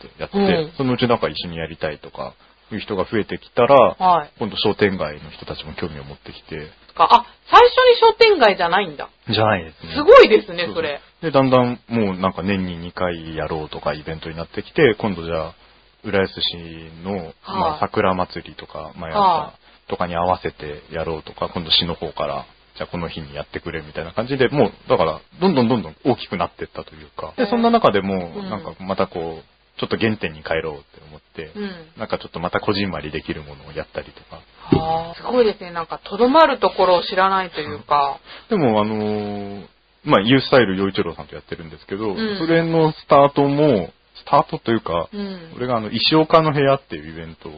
C: とやって、
B: うん
C: そのうちなんか一緒にやりたいとか、いう人が増えてきたら、
B: はい。
C: 今度商店街の人たちも興味を持ってきて、
B: かあ、最初に商店街じゃないんだ。
C: じゃないですね。
B: すごいですね
C: う、う
B: それ。。
C: で、だんだんもうなんか年に2回やろうとかイベントになってきて、今度じゃあ、浦安市の、ま
B: は
C: あ
B: い
C: 桜祭りとか、まあや
B: は
C: ったとかに合わせてやろうとか、今度市の方から、じゃあこの日にやってくれみたいな感じで、もうだから、どんどんどんどん大きくなってったというか、
B: う
C: で、
B: ん
C: そんな中でも、
B: うん
C: なんかまたこう、ちょっと原点に帰ろうって思って、
B: うん。
C: なんかちょっとまたこじんまりできるものをやったりとか、
B: はあすごいですね、なんか、とどまるところを知らないというか。
C: でも、あのーまあ、ユースタイル陽一郎さんとやってるんですけど、
B: ん
C: それのスタートも、スタートというか、
B: うん。
C: 俺があの、石岡の部屋っていうイベントを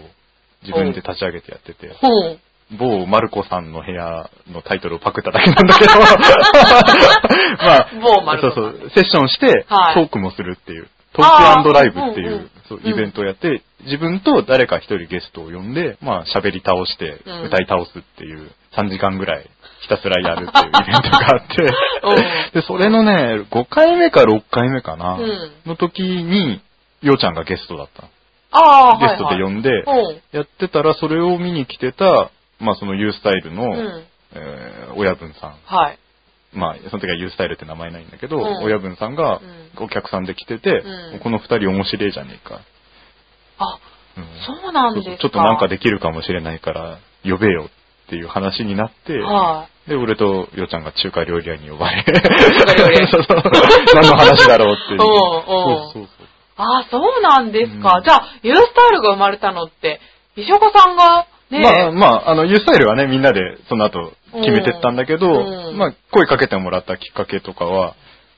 C: 自分で立ち上げてやってて、
B: ほう。
C: 某マルコさんの部屋のタイトルをパクっただけなんだけど、まあ、
B: 某マルコさん
C: そうそう、セッションして、
B: はい
C: トークもするっていう、トークライブってい
B: あーうんう
C: う、
B: ん
C: そう
B: うん
C: イベントをやって、自分と誰か一人ゲストを呼んで、まあ喋り倒して
B: うん、
C: 歌い倒すっていう、3時間ぐらいひたすらや るっていうイベントがあって、で、それのね、5回目か6回目かな、
B: うん
C: の時に、ようちゃんがゲストだったの。
B: ああ、
C: ゲ
B: は
C: ス
B: い、
C: ト
B: はい。
C: で呼んで、
B: ほう。
C: やってたら、それを見に来てた、まあそのユースタイルの、
B: うん。
C: えー親分さん。
B: はい。
C: まあ、その時はユースタイルって名前ないんだけど、
B: うん
C: 親分さんが
B: う
C: お客さんで来てて、
B: うん
C: この二人面白いじゃねえか。
B: あ、
C: うん
B: そうなんですか。
C: ちょっとなんかできるかもしれないから、呼べよっていう話になって、
B: はい。
C: で、俺とよちゃんが中華料理屋に呼ばれ、
B: 華料理屋
C: そうそう何の話だろうってい う。
B: おうおう
C: そうそうそう
B: ああ、そうなんですか。
C: うん
B: じゃあ、ユースタイルが生まれたのって、石岡さんがね、
C: まあまあ、あの、ユースタイルはね、みんなでその後決めてったんだけど、
B: うんうん
C: まあ、声かけてもらったきっかけとかは、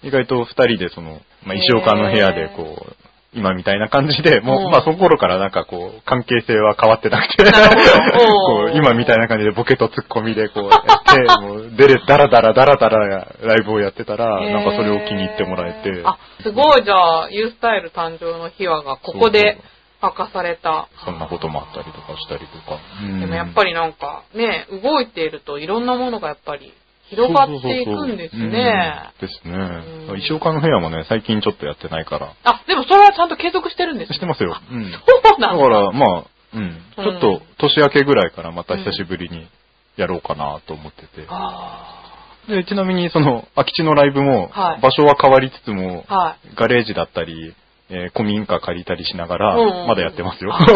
C: 意外と二人でその、まあ、
B: へー
C: 石岡の部屋でこう、今みたいな感じで、もう、
B: うん
C: まあ、その頃からなんかこう、関係性は変わってなくて、
B: なる ほどおー
C: こう、今みたいな感じでボケとツッコミでこうやって、もう、でれ、だらだらだらだらライブをやってたら、
B: へー
C: なんかそれを気に入ってもらえて、
B: あ、すごい、じゃあ、ユースタイル誕生の秘話がここで明かされた。
C: そんなこともあったりとかしたりとか。
B: でもやっぱ
C: り、
B: りなんか、ね、動いているといろんなものがやっぱり広がっていくんですね。
C: そうそうそうそううんです
B: うん
C: ね。石岡の部屋もね、最近ちょっとやってないから。
B: あ、でもそれはちゃんと継続してるんですね
C: してますよ。うん。だ
B: そうなんだ。
C: から、まあ、うん。ちょっ
B: うん
C: と、年明けぐらいからまた久しぶりにやろうかなと思ってて。
B: あ
C: で、ちなみに、その、空き地のライブも
B: はい、
C: 場所は変わりつつも
B: ー、はい。
C: ガレージだったり、えー古民家借りたりしなが
B: うんうんう
C: ら、
B: ん
C: まだやってますよ。
B: そう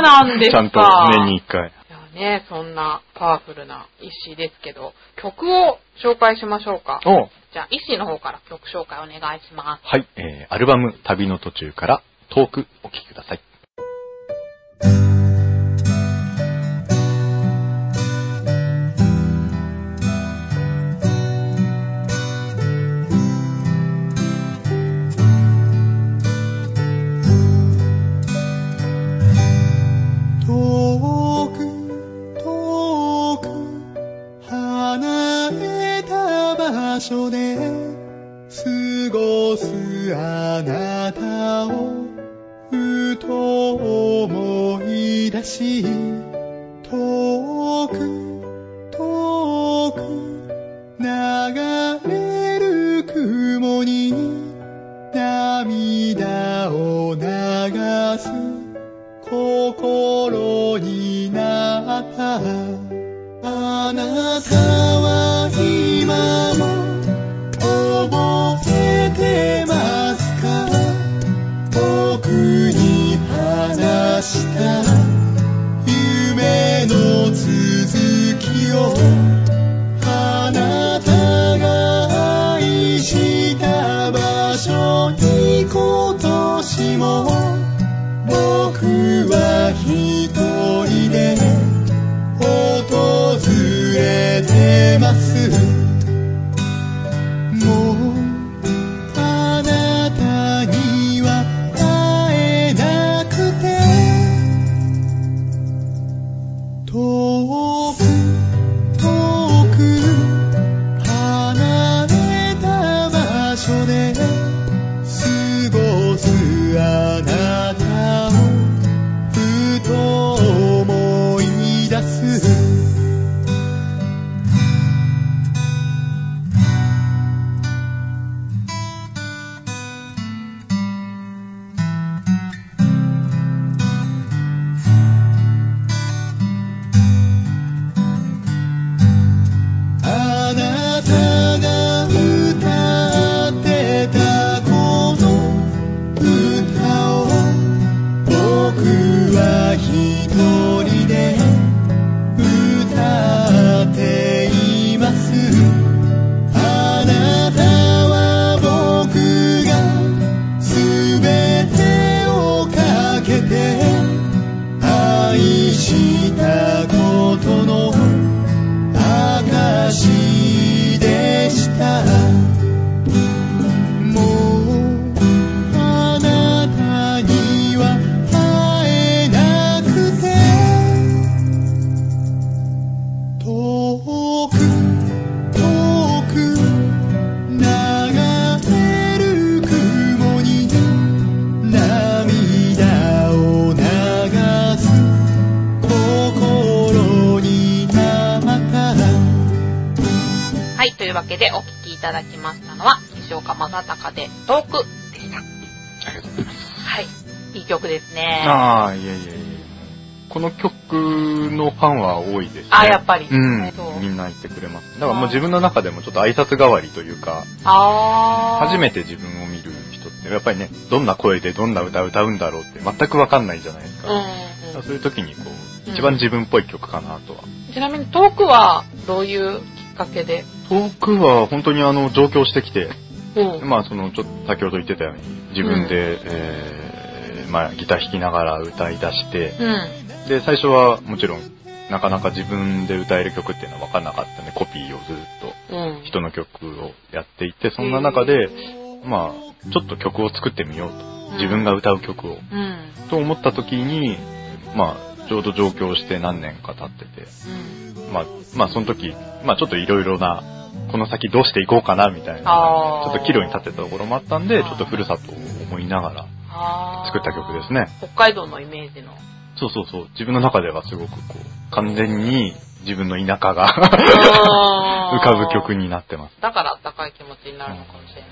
B: なんです
C: ち
B: か
C: ゃんと、年に一回。
B: いやね、そんなパワフルな石ですけど、曲を紹介しましょうか。
C: お
B: じゃあ、石の方から曲紹介お願いします。
C: はい、えー、アルバム、旅の途中から、トーク、お聴きください。
E: 遠く遠く離れた場所で過ごすあなたをふと思い出し遠く遠く流れる雲に涙を流す心になったあなたは今も覚えてますか僕に話した夢の続きをあなたが愛した場所に今年も僕は一人で訪れてますもうあなたには会えなくて遠く遠く
B: けでお聴きいただきましたのは、西岡正隆で遠くでした。
C: ありがとうございます。
B: はい。いい曲ですね。あ
C: ああ、いやいやいや。この曲のファンは多いですね。
B: やっぱり。
C: うん
B: そう。
C: みんな言ってくれます。だからもう自分の中でもちょっと挨拶代わりというか、
B: ああ。
C: 初め
B: て。
C: て自分を見る人って、やっぱりね、どんな声でどんな歌歌うんだろうって全くわかんないじゃないです
B: う
C: か。
B: んうん
C: そういう時にこう、
B: うん
C: 一番自分っぽい曲かなとは。
B: ちなみに遠くはどういうきっかけで
C: 遠くは本当にあの、上京してきて、
B: うん。
C: まあその、ちょっと先ほど言ってたように、自分で、えー、まあギター弾きながら歌い出して、
B: うん。
C: で、最初はもちろん、なかなか自分で歌える曲っていうのは分かんなかったんで、コピーをずっと
B: うん。
C: 人の曲をやっていって、そんな中で、まあ、ちょっと曲を作ってみようと。自分が歌う曲を。
B: うん。うん。
C: と思った時に、まあ、ちょうど上京して何年か経ってて、まあ、まあ、その時、まあ、ちょっといろいろな、この先どうしていこうかな、みたいな、ち
B: ああ。
C: ょっと岐路に立ってたところもあったんで、
B: あ
C: ち
B: ー
C: ょっとふるさとを思いながら
B: あー
C: 作った曲ですね。
B: 北海道のイメージの。
C: そうそうそう。自分の中ではすごくこう、完全に自分の田舎が浮
B: 浮
C: かぶ曲になってます。
B: だから暖かい気持ちになるのかもしれな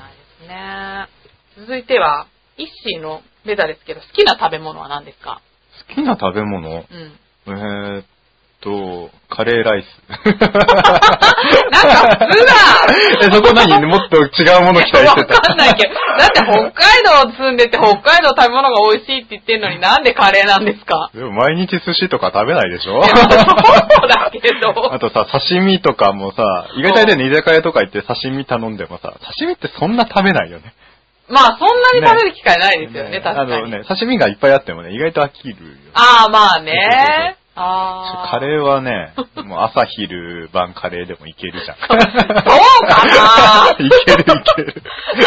B: いですね。続いては、イッシーのベタですけど、好きな食べ物は何ですか
C: 好きな食べ物
B: うん。
C: えーっと、カレーライス。
B: なんか、普
C: え、そこ何もっと違うもの期
B: 段
C: 待し
B: わ
C: て
B: かん
C: た。
B: ないけど、だって北海道住んでて北海道食べ物が美味しいって言ってんのになんでカレーなんです か
C: でも毎日寿司とか食べない でしょ
B: いやそうだけど。
C: あとさ、刺身とかもさ、意外とあれだよね、居酒屋とか行って刺身頼んでもさ、刺身ってそんな食べないよね。
B: まあ、そんなに食べる機会ないですよね、確かに。
C: あのね、刺身がいっぱいあってもね、意外と飽きるよね。
B: ああ、まあ
C: そうそうそう
B: ね。ああ。
C: カレーはね、もう朝昼晩カレーでもいけるじゃん。
B: そうかない
C: ける いける。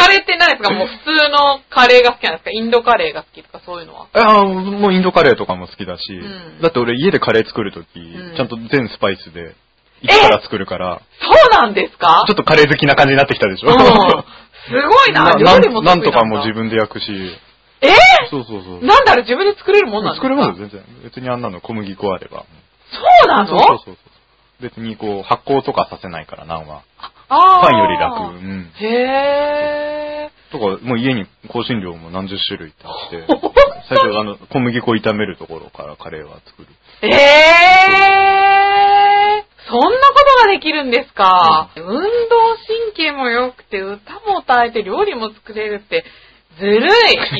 B: カレーって何ですかもう普通のカレーが好きなんですかインドカレーが好きとかそういうのは。
C: ああ、もうインドカレーとかも好きだし、
B: うん
C: だって俺家でカレー作るとき、
B: ん
C: ちゃんと全スパイスで、一から作るから、
B: そうなんですか
C: ちょっとカレー好きな感じになってきたでしょ、
B: うん。すごいな。
C: な
B: 料理
C: な
B: も
C: んなん
B: 得意
C: と
B: だ
C: かも自。分で焼くし、
B: え
C: そうそうそう
B: ー、。なんだろう自分で作れるもんなんですか
C: 作れますよ、全然。別にあんなの小麦粉あれば。
B: そうなの
C: そうそうそうそう。別にこう、発酵とかさせないから、ナンは。
B: ああ。
C: パンより楽。うん。
B: へ え。
C: とか、もう家に香辛料も何十種類ってあって、 最初、あの、小麦粉炒めるところからカレーは作る。
B: ええそんなことができるんですか、運動神経も良くて、歌も歌えて、料理も作れるって、ずるい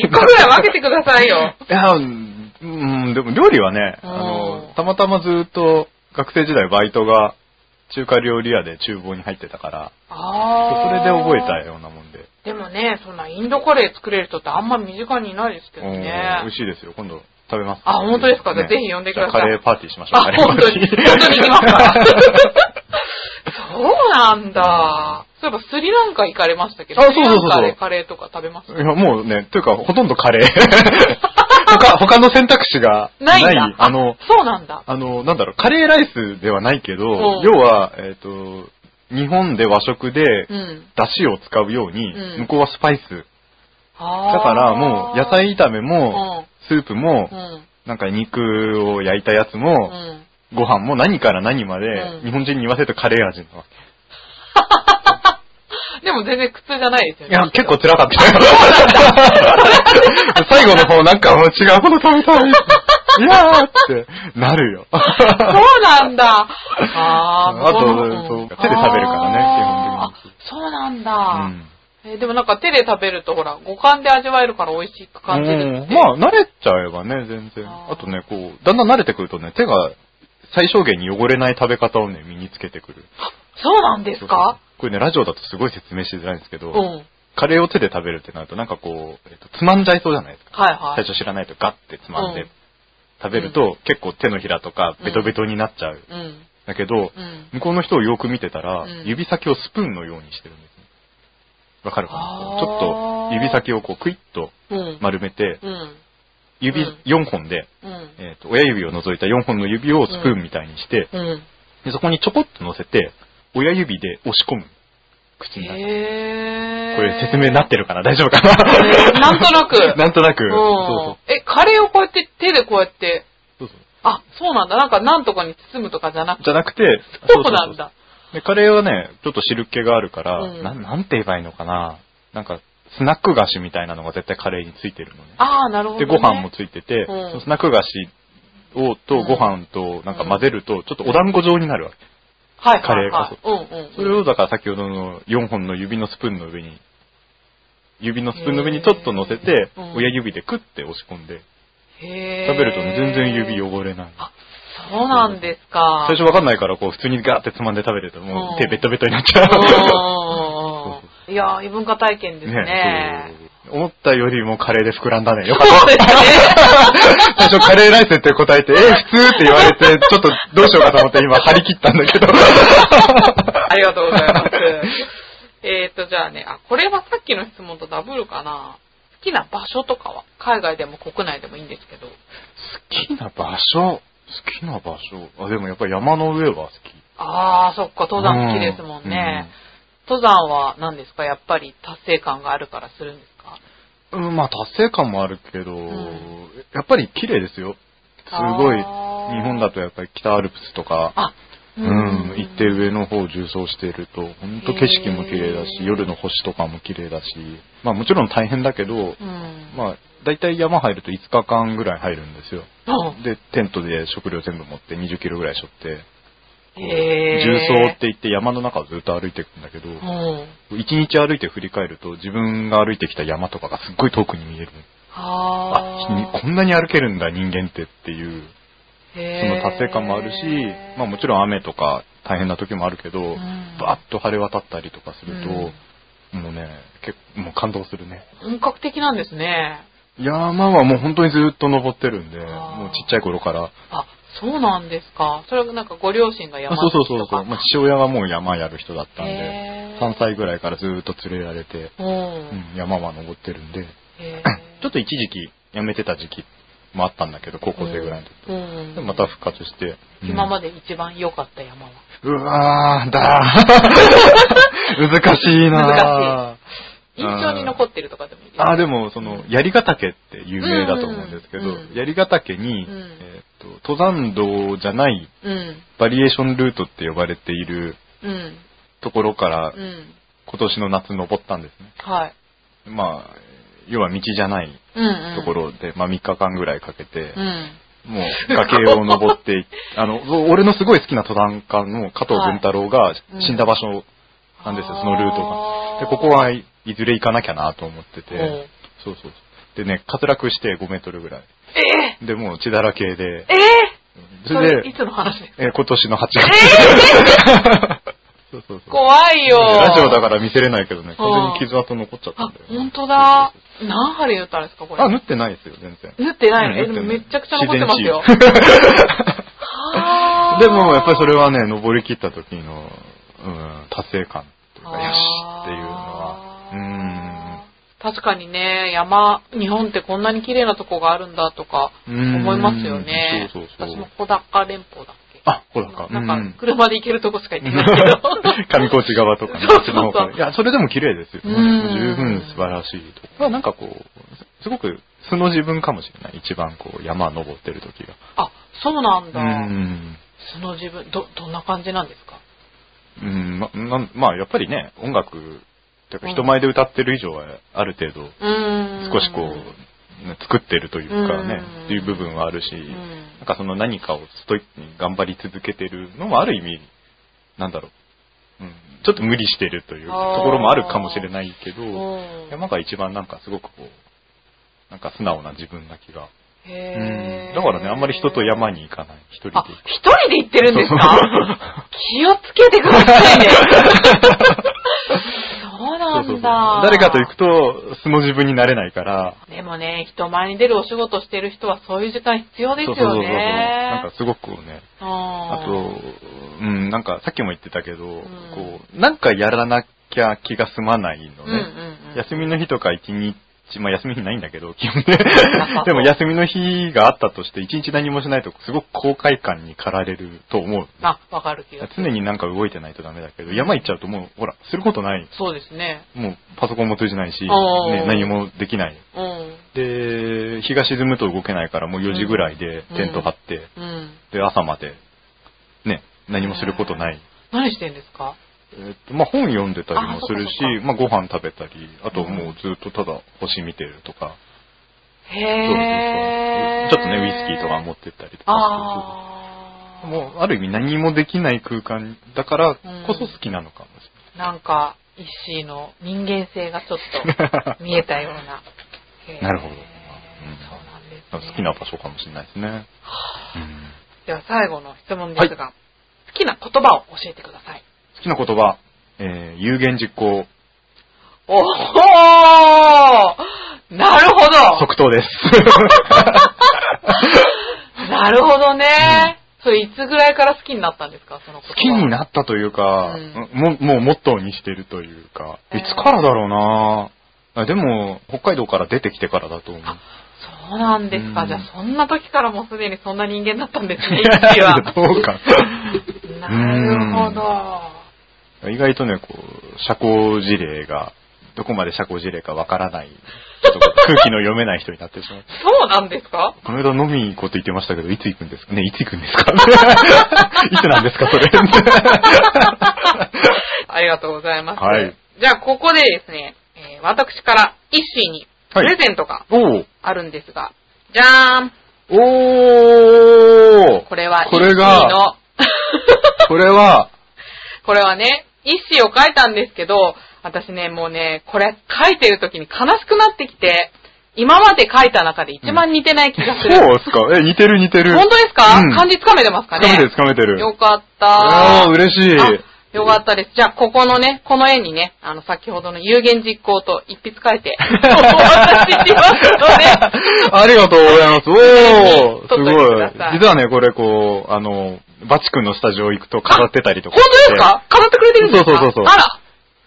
B: 一個ぐらい分けてください
C: 。
B: よ
C: いや、うんうん、でも料理はね、
B: うん
C: あの、たまたまずっと学生時代バイトが中華料理屋で厨房に入ってたから、
B: ああ。
C: それで覚えたようなもんで、
B: でもね、そんなインドカレー作れる人ってあんま身近にいないですけど
C: うん
B: ね
C: 美。味しいですよ。今度食べます。
B: あ本当ですかじゃあぜひ呼んでください
C: じゃあカレーパーティーしましょう。
B: あ、
C: カレーパ
B: 本
C: ー
B: 当
C: テ
B: に、
C: ィー
B: 本当に行きますから。 そうなんだ。そういえばスリランカ行かれましたけど、
C: あそうそうそうそう
B: スリランカでカレーとか食べます
C: いや、もうね、というか、ほとんどカレー。 他、他の選択肢が
B: ないんだ。
C: あの、
B: そうなんだ。
C: あの、なんだろう、カレーライスではないけど、
B: うん
C: 要は、えっ、と、日本で和食で
B: う、ん。
C: だしを使うように、
B: うん
C: 向こうはスパイス。
B: あー
C: だからもう、野菜炒めも、
B: う
C: スープも、
B: ん。うん。
C: なんか肉を焼いたやつ
B: う
C: も、
B: ん。
C: ご飯も何から何まで、
B: うん
C: 日本人に言わせるとカレー味なわけ
B: でも全然苦痛じゃないですよ
C: い
B: ね。
C: や、結構辛かったよ。最後の方なんかもう違うこと食べたい。いやーって、なるよ。
B: そうなんだ。あー
C: あと
B: 向こうの
C: そう
B: うん
C: 手で食べるからね
B: あー
C: 基本的に
B: あそうなん
C: う
B: だ。
C: ん
B: えーでもなんか手で食べるとほら、五感で味わえるから美味しく感じるって。
C: うんまあ、慣れちゃえばね、全然。
B: あ
C: あ
B: ー
C: とね、こう、だんだん慣れてくるとね、手が最小限に汚れない食べ方をね、身につけてくる。
B: そうなんですか
C: これね、ラジオだとすごい説明しづらいんですけど、
B: うん。
C: カレーを手で食べるってなると、なんかこう、えっとつまんじゃいそうじゃないですか。
B: はいはい
C: 最。初知らないとガッてつまんで、
B: うん
C: 食べると、結構手のひらとか
B: うん
C: ベトベトになっちゃう。
B: うん。
C: だけど、
B: うん。
C: 向こうの人をよく見てたら、
B: うん
C: 指先をスプーンのようにしてるんですね。わかるかな
B: あー
C: ちょっと指先をこうクイッと
B: うん。
C: 丸めて、
B: うん。
C: 指
B: うん
C: 4本で、
B: うん。
C: えーと親指を除いた4本の指をスプーンみたいにして、
B: うん。
C: でそこにちょこっと乗せて、親指で押し込む。口の中に。
B: へー。
C: これ説明になってるかな大丈夫か
B: えーな
C: な
B: んとなく
C: なんとなく。
B: うん。
C: そ
B: え、カレーをこうやって手でこうやって、
C: うそうそうそう。
B: あ、そうなんだ。なんか何とかに包むとかじゃなくて。
C: じゃなくて、
B: そうなんだ。
C: で、カレーはね、ちょっと汁気があるから、
B: うん
C: なん、なんて言えばいいのかな。なんか、スナック菓子みたいなのが絶対カレーについてるのね。
B: ああ、なるほど、
C: で、
B: ね。
C: ご飯もついて
B: う
C: て、
B: ん
C: そのスナック菓子をとご飯となんか混ぜると、ちょっとお団子状になるわけ。
B: はいはいはい、
C: カレーが
B: そう。うんうん。
C: それをだから先ほどの4本の指のスプーンの上に、指のスプーンの上にちょっと乗せて
B: うん、
C: 親指でクッて押し込んで、
B: へー
C: 食べるとね、全然指汚れない。
B: あ、そうなんですか。
C: 最初わかんないから、こう普通にガーってつまんで食べると、も
B: うん
C: う手ベトベトになっちゃう。
B: おーいやー、異文化体験ですね。
C: そう思ったよりもカレーで膨らんだね。よかっ
B: そうですね。
C: た。 最初カレーライスって答えて、え、普通って言われて、ちょっとどうしようかと思って今張り切ったんだけど。
B: ありがとうございます。えーっと、じゃあね、あ、これはさっきの質問とダブるかな。好きな場所とかは、海外でも国内でもいいんですけど。
C: 好きな場所好きな場所あ、でもやっぱり山の上は好き。
B: あー、そっか、登山好きですもんね。登山は何ですかやっぱり達成感があるからするんですか
C: うん。うんまあ達成感もあるけど、
B: ん
C: やっぱり綺麗ですよ。すごい、日
B: あー
C: 本だとやっぱり北アルプスとか、
B: あ、
C: うん、行って上の方を縦走していると、ほんと景色も綺麗だ
B: へー
C: し、夜の星とかも綺麗だし、まあもちろん大変だけど、
B: うん。
C: まあ大体山入ると5日間ぐらい入るんですよ。
B: あ、
C: で、テントで食料全部持って20キロぐらい背負って、
B: へ
C: 重
B: ー
C: 走って言って山の中をずっと歩いていくんだけど、
B: うん。
C: 一日歩いて振り返ると自分が歩いてきた山とかがすっごい遠くに見える。
B: あ
C: あ、こんなに歩けるんだ人間ってっていう、
B: そ
C: その達成感もあるし、まあもちろん雨とか大変な時もあるけど、
B: ん
C: バーッと晴れ渡ったりとかすると、
B: う
C: もうね、結構、もう感動するね。
B: 本格的なんですね。
C: 山はもう本当にずっと登ってるんで、
B: あー
C: もうちっちゃい頃から。
B: あ、そうなんですか。それはなんかご両親が山
C: あ
B: 好
C: そ
B: き
C: う
B: と
C: そ
B: か
C: うそうそう。まあ、父親はもう山やる人だったんで、
B: へー
C: 3歳ぐらいからずっと連れられて、
B: うん。
C: うん、山は登ってるんで、
B: へー
C: ちょっと一時期やめてた時期もあったんだけど、高校生ぐらいの時。
B: うん
C: でまた復活して。
B: 今ま
C: で。
B: で一番良かった山は。
C: うわー、だ ー。難しいなー。
B: 印象に残ってるとかでもいいですか
C: あーでも、その、槍ヶ岳って有名だと思うんですけど、
B: うんうん
C: 槍ヶ岳に、
B: うん
C: えーっと、登山道じゃない
B: うん。
C: バリエーションルートって呼ばれている
B: うん。
C: ところから、
B: うん。
C: 今年の夏登ったんですね。
B: はい。
C: まあ、要は道じゃない
B: うん、うん。
C: とこ。ろで、まあ3日間ぐらいかけて
B: う、ん。
C: もう崖を登っ てい、あの、俺のすごい好きな登山家の加藤文太郎が
B: うん
C: 死んだ場所なんですよ、そのルートが。で、ここはいずれ行かなきゃなと思ってて、
B: うん
C: そうそうそう。でね、滑落して5メートルぐらい。で、もう血だらけで、
B: えー、
C: そ
B: そ
C: れ
B: れ
C: で
B: い、つの話ですか
C: えー今年の8月。そうそうそう。
B: 怖いよ
C: ラジオだから見せれないけどね、
B: うん
C: 完全に傷跡残っちゃった
B: あ
C: んだよ、ね。
B: 本当だ
C: そう。
B: 何針塗ったんですか、こ
C: そう
B: れ。
C: そう。あ、縫ってないですよ、全然。
B: 塗ってないの、
C: う
B: え
C: ん
B: でも
C: 縫っ
B: め
C: ない
B: っちゃくちゃ残ってますよ。
C: 自然治癒
B: あー
C: でも、やっぱりそれはね、登り切った時の、うん、達成感というか、よしっていうのは、
B: あ
C: う
B: ー確かにね、山、日本ってこんなに綺麗なとこがあるんだとか、
C: うん
B: 思いますよね。
C: そうそうそう
B: 私も小高連峰だっけ
C: あ小高
B: な
C: うんん
B: か、車で行けるとこしか行ってない け ど。
C: ん。上高地側とかね、
B: そう
C: こっちの方から
B: そうそう
C: いや、それでも綺麗ですよ。
B: うん
C: 十分素晴らしいと。まあなんかこう、すごく素の自分かもしれない。一番こう、山登ってる時が。
B: あ、そうなんだ。
C: うん。
B: その自分、ど、どんな感じなんですか
C: うん、ま、なんまあやっぱりね、音楽、てか人前で歌ってる以上は、ある程度、
B: うーん。
C: 少しこう、ね作ってるというかね
B: うん、
C: っていう部分はあるし、
B: うん
C: なんかその何かをストイックに頑張り続けてるのもある意味、なんだろう、うん、ちょっと無理してるというと
B: あー
C: ころもあるかもしれないけ
B: う
C: ど、
B: ん。
C: 山が一番なんかすごくこう、なんか素直な自分な気が。
B: へー
C: うんだからね、あんまり人と山に行かない。一人で行
B: あ
C: く。、
B: 一人で行ってるんですか
C: か
B: 気をつけてください ね。そうなんだ
C: 誰かと行くと素の自分になれないから、
B: でもね、人前に出るお仕事してる人はそういう時間必要です
C: そうそうそ
B: よ
C: うそう。なん
B: ね
C: か。すごくこうね、あ
B: うん
C: と、うん、なんかさっきも言ってたけど、
B: ん
C: こう、なんかやらなきゃ気が済まないの
B: うんう
C: ね。
B: んうん
C: 休みの日とか一日、まあ休み日ないんだけど、基本ね
B: さそう。
C: でも休みの日があったとして、一日何もしないとすごく後悔感に駆られると思う。
B: あ、わかる気がする。
C: 常になんか動いてないとダメだけど、山行っちゃうともう、ほら、することない。
B: そうですね。
C: もうパソコンも通じないし、
B: おー
C: ね、何もできない。
B: うん。
C: で、日が沈むと動けないから、もう4時ぐらいでテント張って、
B: うん。
C: で、朝まで、ね、何もすることない。
B: 何してんですか
C: えっと、まあ、本読んでたりもするし
B: あそっかそっ、
C: まあ、ご飯食べたり、あともうずっとただ星見てるとか、そうそうそう
B: へぇー。
C: ちょっとね、ウイスキーとか持ってったりとか
B: あ
C: す
B: ー。
C: るもう、ある意味何もできない空間だからこそ
B: うん
C: 好きなのかもし
B: なんか、石井の人間性がちょっ
C: れ ない。
B: と見えたような。へー
C: なるほどうん
B: そうなんです、ね。
C: 好きな場所かもしれないですね。うん
B: では最後の質問ですが、好きな言葉を教えてください。
C: 好きな言葉、えー有言実行、
B: おおなるほど
C: 即 答です。
B: なるほどね、それいつぐらいから好きになったんですかその言葉
C: 好きになったというか、
B: うん
C: ももうモットーにしてるというか、
B: へー
C: いつからだろうなあでも、北海道から出てきてからだ と思う。
B: そうなんですか、
C: うん
B: じゃあそんな時からもうすでにそんな人間だったんです ね、一時は。
C: どうか。
B: なるほど。
C: 意外とね、こう、社交辞令が、どこまで社交辞令かわからない、ちょっと空気の読めない人になってしまう。
B: そうなんですか
C: この間飲み行こうと言ってましたけど、いつ行くんですかねいつ行くんですか いつなんですかそれ。
B: ありがとうございます。
C: はい
B: じゃあここでですね、えー私から一心にプレゼントが
C: おう
B: あるんですが、じゃーん
C: おー
B: これは、
C: これ
B: イッシーの
C: が、、これは、
B: これはね、一紙を書いたんですけど、私ね、もうね、これ書いてる時に悲しくなってきて、今まで書いた中で一番似てない気がする。
C: そうっすかえ、似てる似てる。
B: 本当ですか、
C: うん
B: 漢字つかめてますか
C: 掴
B: ね
C: めてる掴めてる。
B: よかった
C: あー、嬉しい。
B: あよかったです。じゃあ、ここのね、この絵にね、あの、先ほどの有言実行と一筆書い て、お渡ししますので、
C: ありがとうございます。おー、す
B: 撮っといてくださ
C: ご
B: い
C: い。実はね、これこう、あの、バチ君のスタジオ行くと飾ってたりとか
B: 本当ですか飾ってくれてるんですか
C: そうそうそうそう
B: あら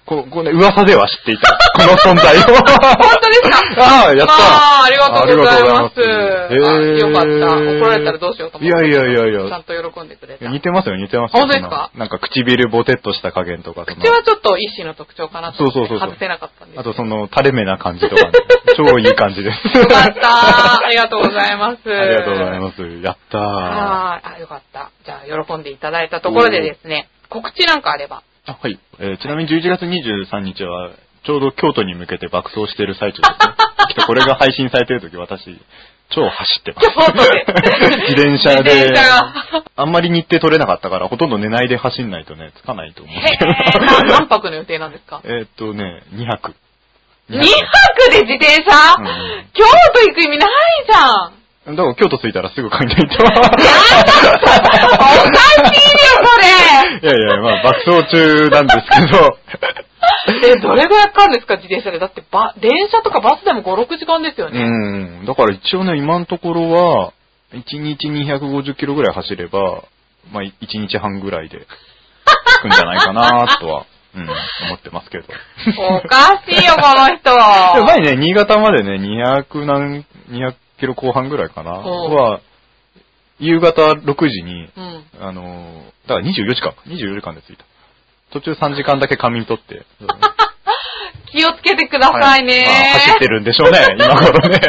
C: ここうね、噂では知ってい た。この存在を。
B: 本当ですか
C: ああ、やった。
B: まあ、ありがとうございます。あよかった。怒られたらどうしようと思って。
C: いやいやいやいや
B: ちゃんと喜んでくれた。
C: 似
B: 口
C: てますよ、似てますよ。
B: 本当ですか
C: そのなんか唇ボテっとした加減とか。その
B: はちょっと一種の特徴かなと思って。
C: そうそうそうそう
B: 外せなかったんです。
C: あとその、垂れ目な感じ とかね、超いい感じです。
B: よかった。ありがとうございます。
C: ありがとうございます。やったー。
B: はい。あ、よかった。じゃあ、喜んでいただいたところでですね、告知なんかあれば。
C: あはい、えーちなみに11月23日は、ちょうど京都に向けて爆走してる最中で すね。きっとこれが配信されてる時私、超走って ます。
B: 京都で
C: 自転車で。
B: 自転車が
C: あんまり日程取れなかったから、ほとんど寝ないで走んないとね、つかないと思う
B: へ
C: んですけど。
B: ぇー。何泊の予定なんですか
C: えーっとね、2泊。
B: ?2 泊で自転車、
C: うん
B: 京都行く意味ないじゃん。
C: だから京都着いたらすぐ買いに行って
B: おかしいよ、それ
C: いやいや、まあ爆走中なんですけ ど、
B: え、どれぐらいかかるんですか、自転車で。だって、ば、電車とかバスでも5、6時間ですよね。
C: うん。だから一応ね、今のところは、1日250キロぐらい走れば、まあ1日半ぐらいで、着くんじゃないかなとは、うん、思ってますけど。
B: おかしいよ、この 人。
C: で前ね、新潟までね、200何、200キロ後半ぐらいかな
B: おう
C: は、夕方6時に、
B: うん。
C: あのーだから24時間か、24時間で着いた。途中3時間だけ仮眠取って。
B: 気をつけてくださいね。
C: まあ走ってるんでしょ うね、今頃ね。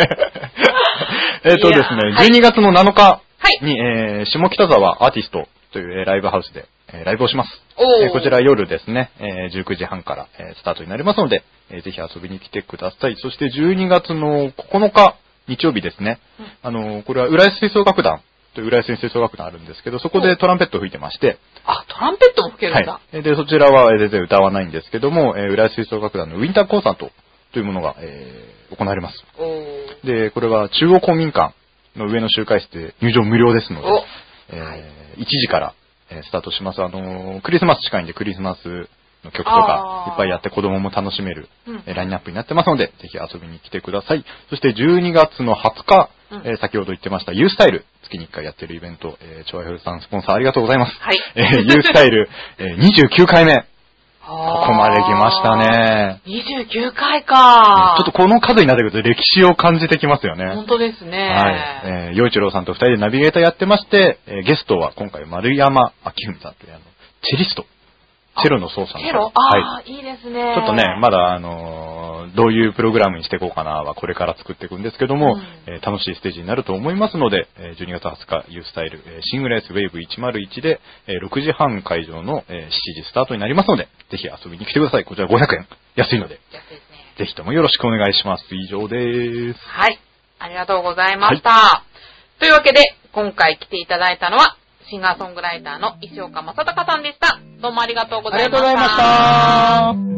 C: えっとです
B: い
C: ね
B: や、はい
C: 12月の7日
B: はい。
C: に、えー下北沢アーティストという、えーライブハウスで、えーライブをします。
B: おー
C: えーこちら夜ですね、えー19時半から、えースタートになりますので、えーぜひ遊びに来てください。そして12月の9日、日曜日ですね。あのーこれは浦安吹奏楽団という浦安吹奏楽団あるんですけど、そこでトランペットを吹いてまして、
B: あ、トランペットも吹けるんだ。
C: はい。で、そちらはえー全然歌わないんですけども、えー浦安吹奏楽団のウィンターコンサートというものが、えー行われます。
B: おー
C: で、これは中央公民館の上の集会室で入場無料ですので、
B: お
C: えー1時から、えースタートします。あのークリスマス近いんでクリスマスの曲と
B: あ
C: か
B: ー
C: いっぱいやって子供も楽しめる、
B: うん
C: えーラインナップになってますので、ぜひ遊びに来てください。そして12月の20日、
B: うん
C: えー先ほど言ってましたユースタイル、月に1回やってるイベント、えー、チョアヘルさんスポンサーありがとうございます。
B: はい
C: えーユースタイル、えー29回目、こ
B: あー
C: こまで来ました。ね。
B: 29回か。
C: ちょっとこの数になってくると歴史を感じてきますよね。
B: 本当ですね。
C: はい。えー、洋一郎さんと二人でナビゲーターやってまして、えーゲストは今回丸山明文さんというあの、チェリストチェロの操作の方
B: チェロ
C: は
B: ああ
C: い。、
B: いいですね。
C: ちょっとね、まだ、あのーどういうプログラムにしていこうかなはこれから作っていくんですけども、
B: うん
C: えー楽しいステージになると思いますので、えー12月20日、ユースタイル、えーシングルレースウェーブ101で、えー6時半会場の、えー7時スタートになりますので、ぜひ遊びに来てください。こちら500円。安いので、
B: 安いですね。
C: ぜひともよろしくお願いします。以上です。
B: はい。ありがとうございました。というわけで、今回来ていただいたのは、シンガーソングライターの石岡正隆さんでした。どうもありがとうございました。
C: ありがとうございました。